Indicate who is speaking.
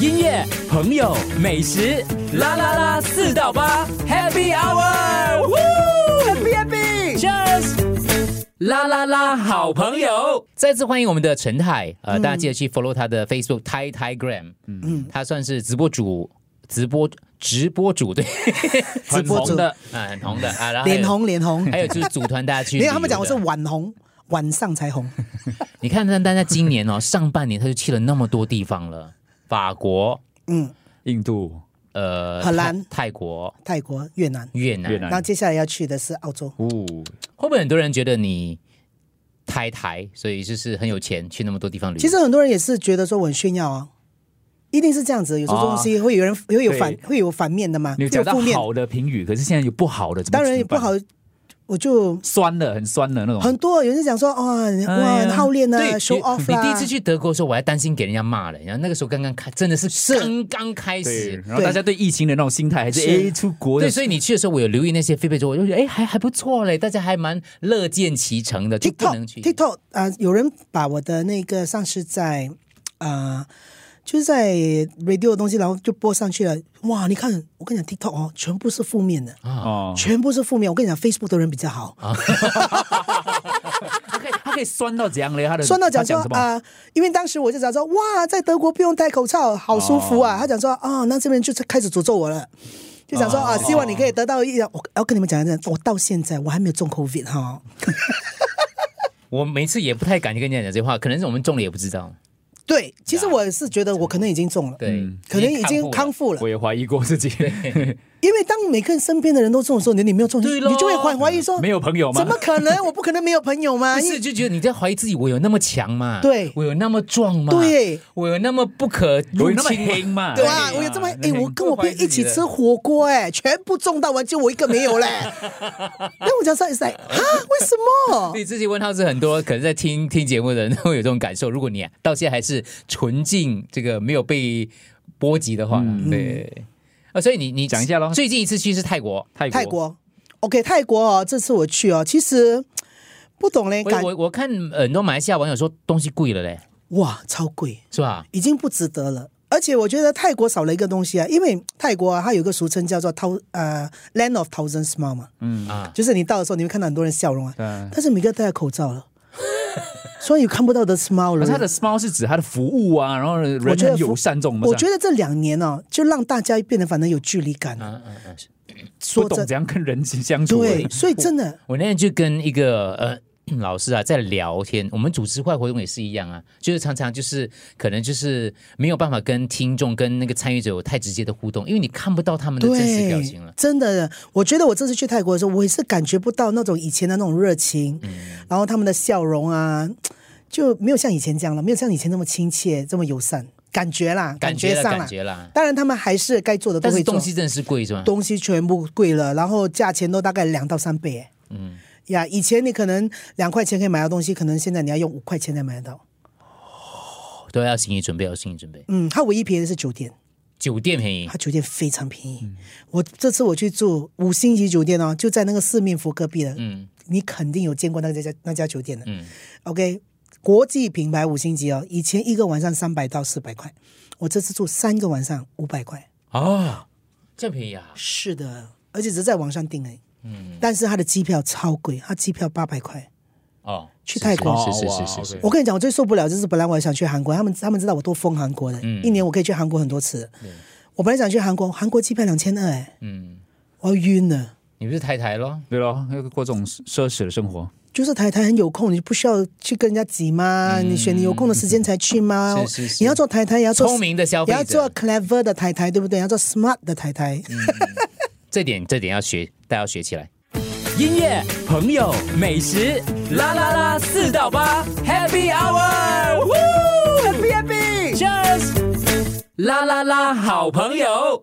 Speaker 1: 音乐、朋友、美食，啦啦啦，四到八，Happy Hour，Happy Happy，Cheers。啦啦啦，好朋友！再次欢迎我们的陈海，呃，
Speaker 2: 嗯
Speaker 1: 大家记得去 follow 他的 Facebook Tai Tai Gram，嗯，他算是直播主，直播直播主 对，
Speaker 2: 直播主
Speaker 1: 很红的，啊，很红的啊，
Speaker 3: 哎
Speaker 1: 然后还有
Speaker 2: 脸，红脸红，
Speaker 1: 还有就是组团大家去旅
Speaker 2: 没有
Speaker 1: 游的，
Speaker 2: 他们讲我是晚红，晚上才红，
Speaker 1: 你看，但大家今年哦，上半年他就去了那么多地方了，法国、
Speaker 2: 嗯，
Speaker 3: 印度、
Speaker 1: 呃，哎
Speaker 2: 荷兰
Speaker 1: 泰、泰国、
Speaker 2: 泰国、越南，
Speaker 1: 越南，
Speaker 3: 越南
Speaker 2: 然后接下来要去的是澳洲，
Speaker 3: 哦，
Speaker 1: 会不会很多人觉得你台台，所以就是很有钱，去那么多地方旅游？
Speaker 2: 其实很多人也是觉得说我很炫耀啊，一定是这样子。有时候东西会有人、会有反
Speaker 3: 对
Speaker 2: 会有反面的嘛，
Speaker 3: 你
Speaker 2: 会
Speaker 3: 有讲
Speaker 2: 有
Speaker 3: 到
Speaker 2: 负面。
Speaker 3: 好的评语，可是现在有不好的，怎么
Speaker 2: 当然也
Speaker 3: 怎么
Speaker 2: 不
Speaker 3: 办
Speaker 2: 好，，我就
Speaker 3: 酸的很酸的那种。
Speaker 2: 很多有人讲说哇、哇
Speaker 3: 哎呀
Speaker 2: 很好练啊
Speaker 1: 对
Speaker 2: ，show
Speaker 1: 你
Speaker 2: off
Speaker 1: 你
Speaker 2: 啦。
Speaker 1: 第一次去德国的时候，我还担心给人家骂了，然后那个时候刚刚开，真的是
Speaker 2: 是
Speaker 1: 刚刚开
Speaker 3: 对，
Speaker 1: 始。
Speaker 3: 然后大家对疫情的那种心态还是
Speaker 2: 是
Speaker 3: 诶出国的
Speaker 1: 对，，所以你去的时候，我有留意那些 feedback 之后，我就觉得哎，还还不错嘞，大家还蛮乐见其成的，就不能
Speaker 2: TikTok
Speaker 1: 去。
Speaker 2: TikTok 啊、有人把我的那个上次在啊、呃就是在 radio 的东西，然后就播上去了。哇，你看，我跟你讲 TikTok 哦，全部是负面的，
Speaker 3: 哦，
Speaker 2: 全部是负面。我跟你讲，Facebook 的人比较好，
Speaker 3: 他可以他可以酸到怎样嘞？他的
Speaker 2: 说到讲
Speaker 3: 他
Speaker 2: 说
Speaker 3: 什么？
Speaker 2: 啊、因为当时我就讲说，哇，在德国不用戴口罩，好舒服啊。
Speaker 3: 哦
Speaker 2: 他讲说，啊、那这边就开始诅咒我了。就讲说啊，希望你可以得到一样。我要跟你们讲一讲，我到现在我还没有中 COVID 哈。
Speaker 1: 我每次也不太敢跟人家讲这话，可能是我们中了也不知道。
Speaker 2: 对，其实我是觉得我可能已经中了，
Speaker 1: 对，
Speaker 2: 可能已经康
Speaker 1: 复
Speaker 2: 复了
Speaker 3: 我。也怀疑过自己，
Speaker 2: 因为当每个人身边的人都中的时候，你你没有中，
Speaker 1: 对咯
Speaker 2: 你就会怀怀疑 说，
Speaker 3: 没有朋友吗
Speaker 2: 怎么可能？ 我不可能没有朋友
Speaker 1: 了，
Speaker 2: 嘛？
Speaker 1: 不
Speaker 2: 因
Speaker 1: 是
Speaker 2: 为
Speaker 1: 就觉得你在怀疑自己，我有那么强嘛？
Speaker 2: 对
Speaker 1: 我有那么壮嘛？
Speaker 2: 对，
Speaker 1: 我有那么不可
Speaker 3: 我有
Speaker 1: 入
Speaker 3: 那么
Speaker 1: 侵吗
Speaker 3: 黑嘛？
Speaker 2: 对啊，我有这么哎，我跟我朋友一起吃火锅，哎，全部中到完，就我一个没 有嘞。那我讲说，哎，啊，为什么
Speaker 1: 所？以自己问号是很多可能在听听节目的人都有这种感受。如果你到现在还是纯净这个没有被波及的话，
Speaker 2: 嗯
Speaker 1: 对啊，所以你你
Speaker 3: 讲一下咯
Speaker 1: 最近一次去是泰国，
Speaker 3: 泰
Speaker 2: 泰国，OK，泰国哦，这次我去哦，其实不懂嘞，
Speaker 1: 我
Speaker 2: 感
Speaker 1: 我我看呃很多马来西亚网友说东西贵了嘞，
Speaker 2: 哇，超贵，
Speaker 1: 是吧？
Speaker 2: 已经不值得了。而且我觉得泰国少了一个东西啊，因为泰国啊，它有一个俗称叫做“涛呃 Land of Thousand Smile” 嘛，
Speaker 3: 嗯
Speaker 1: 啊，
Speaker 2: 就是你到的时候你会看到很多人笑容啊，
Speaker 3: 对啊
Speaker 2: 但是每个人戴了口罩了，所以看不到的 smile
Speaker 3: 可
Speaker 2: 了。
Speaker 3: 是他的 smile 是指他的服务啊，然后人
Speaker 2: 我觉得
Speaker 3: 很
Speaker 2: 服
Speaker 3: 友善这种嘛，
Speaker 2: 我觉得这两年哦，就让大家变得反正有距离感了。
Speaker 3: 不
Speaker 2: 说
Speaker 3: 懂
Speaker 2: 真
Speaker 3: 怎样跟人相处。
Speaker 2: 对，所以真的
Speaker 1: 我那天就跟一个呃 老师啊在聊天，我们主持坏活动也是一样啊，就是常常就是可能就是没有办法跟听众跟那个参与者有太直接的互动，因为你看不到他们的真实表
Speaker 2: 对
Speaker 1: 情了，。
Speaker 2: 真的，我觉得我这次去泰国的时候，我也是感觉不到那种以前的那种热情，然后他们的笑容啊，就没有像以前这样了，没有像以前那么亲切，这么友善，感觉啦，
Speaker 1: 感觉
Speaker 2: 觉
Speaker 1: 了
Speaker 2: 上啊
Speaker 1: 感觉啦
Speaker 2: 当然，他们还是该做的都
Speaker 1: 但
Speaker 2: 会
Speaker 1: 是
Speaker 2: 做
Speaker 1: 东，西真的是贵是吧？
Speaker 2: 东西全部贵了，然后价钱都大概两到三倍，哎，嗯，呀，以前你可能两块钱可以买到东西，可能现在你要用五块钱才买得到。
Speaker 1: 都要心理准备，要心理准备。
Speaker 2: 嗯，它唯一便宜的是酒店，
Speaker 1: 酒店便宜
Speaker 2: 它酒店非常便宜。我这次我去住五星级酒店哦，就在那个四面佛隔壁的，嗯，你肯定有见过那家那家酒店的，嗯，OK。国际品牌五星级哦，以前一个晚上三百到四百块，我这次住三个晚上五百块。
Speaker 1: 哦，这样便宜啊！
Speaker 2: 是的，而且只是在网上订哎，嗯，但是它的机票超贵，它机票八百块。
Speaker 1: 哦，
Speaker 2: 去泰国哦
Speaker 1: 是是是是是是
Speaker 2: 我跟你讲，我最受不了就是本来我还想去韩国，他们他们知道我多疯韩国的，
Speaker 1: 嗯
Speaker 2: 一年我可以去韩国很多次。我本来想去韩国，韩国机票两千二哎，嗯，我要晕了。
Speaker 1: 你不是台台咯？
Speaker 3: 对咯，要过这种奢侈的生活。
Speaker 2: 就是台台很有空，你就不需要去跟人家挤吗？你选你有空的时间才去吗？
Speaker 1: 嗯是是是
Speaker 2: 你要做台台，也要做
Speaker 1: 聪明的消费
Speaker 2: 也
Speaker 1: 者
Speaker 2: 要做 clever 的台台，对不对？也要做 smart 的台台。
Speaker 1: 这点这点要学，大家要学起来。音乐、朋友、美食，啦啦啦，四到八，Happy Hour，Happy Happy，Cheers，啦啦啦，好朋友。